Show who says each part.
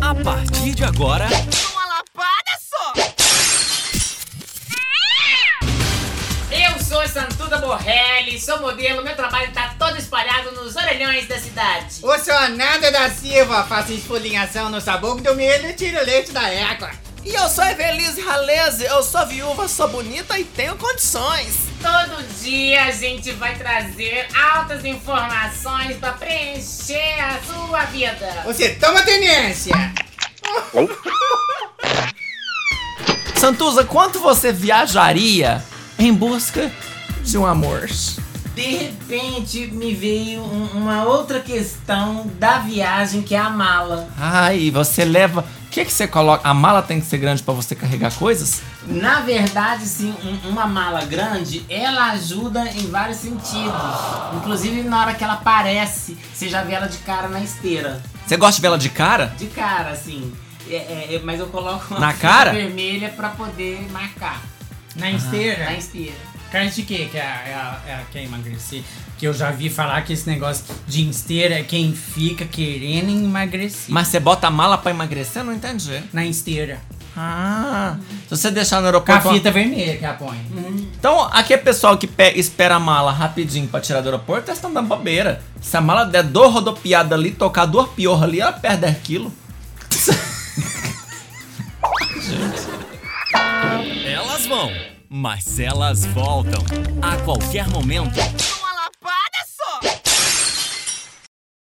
Speaker 1: A partir de agora,
Speaker 2: Uma lapada só!
Speaker 3: Eu sou Santuda Borrelli, sou modelo, meu trabalho tá todo espalhado nos orelhões da cidade.
Speaker 2: O seu Nanda da Silva faz esfolinhação no sabor do milho e tira o leite da égua.
Speaker 4: E eu sou Evelise Raleze, eu sou viúva, sou bonita e tenho condições.
Speaker 3: Todo dia a gente vai trazer altas informações pra preencher a sua vida.
Speaker 2: Você toma tenência!
Speaker 4: Santuza, quanto você viajaria em busca de um amor?
Speaker 3: De repente me veio um- uma outra questão da viagem que é a mala.
Speaker 4: Ai, você leva. O que, que você coloca? A mala tem que ser grande pra você carregar coisas?
Speaker 3: Na verdade, sim, um- uma mala grande, ela ajuda em vários sentidos. Inclusive na hora que ela aparece, você já vê ela de cara na esteira.
Speaker 4: Você gosta de vela de cara?
Speaker 3: De cara, assim. É, é, é, mas eu coloco uma
Speaker 4: Na
Speaker 3: fita
Speaker 4: cara?
Speaker 3: vermelha pra poder marcar
Speaker 5: Na esteira?
Speaker 3: na esteira.
Speaker 5: Cara de quê? Que é, é, é quer emagrecer. Que eu já vi falar que esse negócio de esteira é quem fica querendo emagrecer.
Speaker 4: Mas você bota a mala pra emagrecer? Eu não entendi.
Speaker 5: Na esteira.
Speaker 4: Ah, se você deixar no
Speaker 5: Com a
Speaker 4: aeroporto.
Speaker 5: fita vermelha que a põe.
Speaker 4: Então, aqui é pessoal que pe- espera a mala rapidinho pra tirar do aeroporto, eles estão dando bobeira. Se a mala der dor rodopiada ali, tocar duas piorras ali, ela perde 10 quilos.
Speaker 1: elas vão, mas elas voltam. A qualquer momento,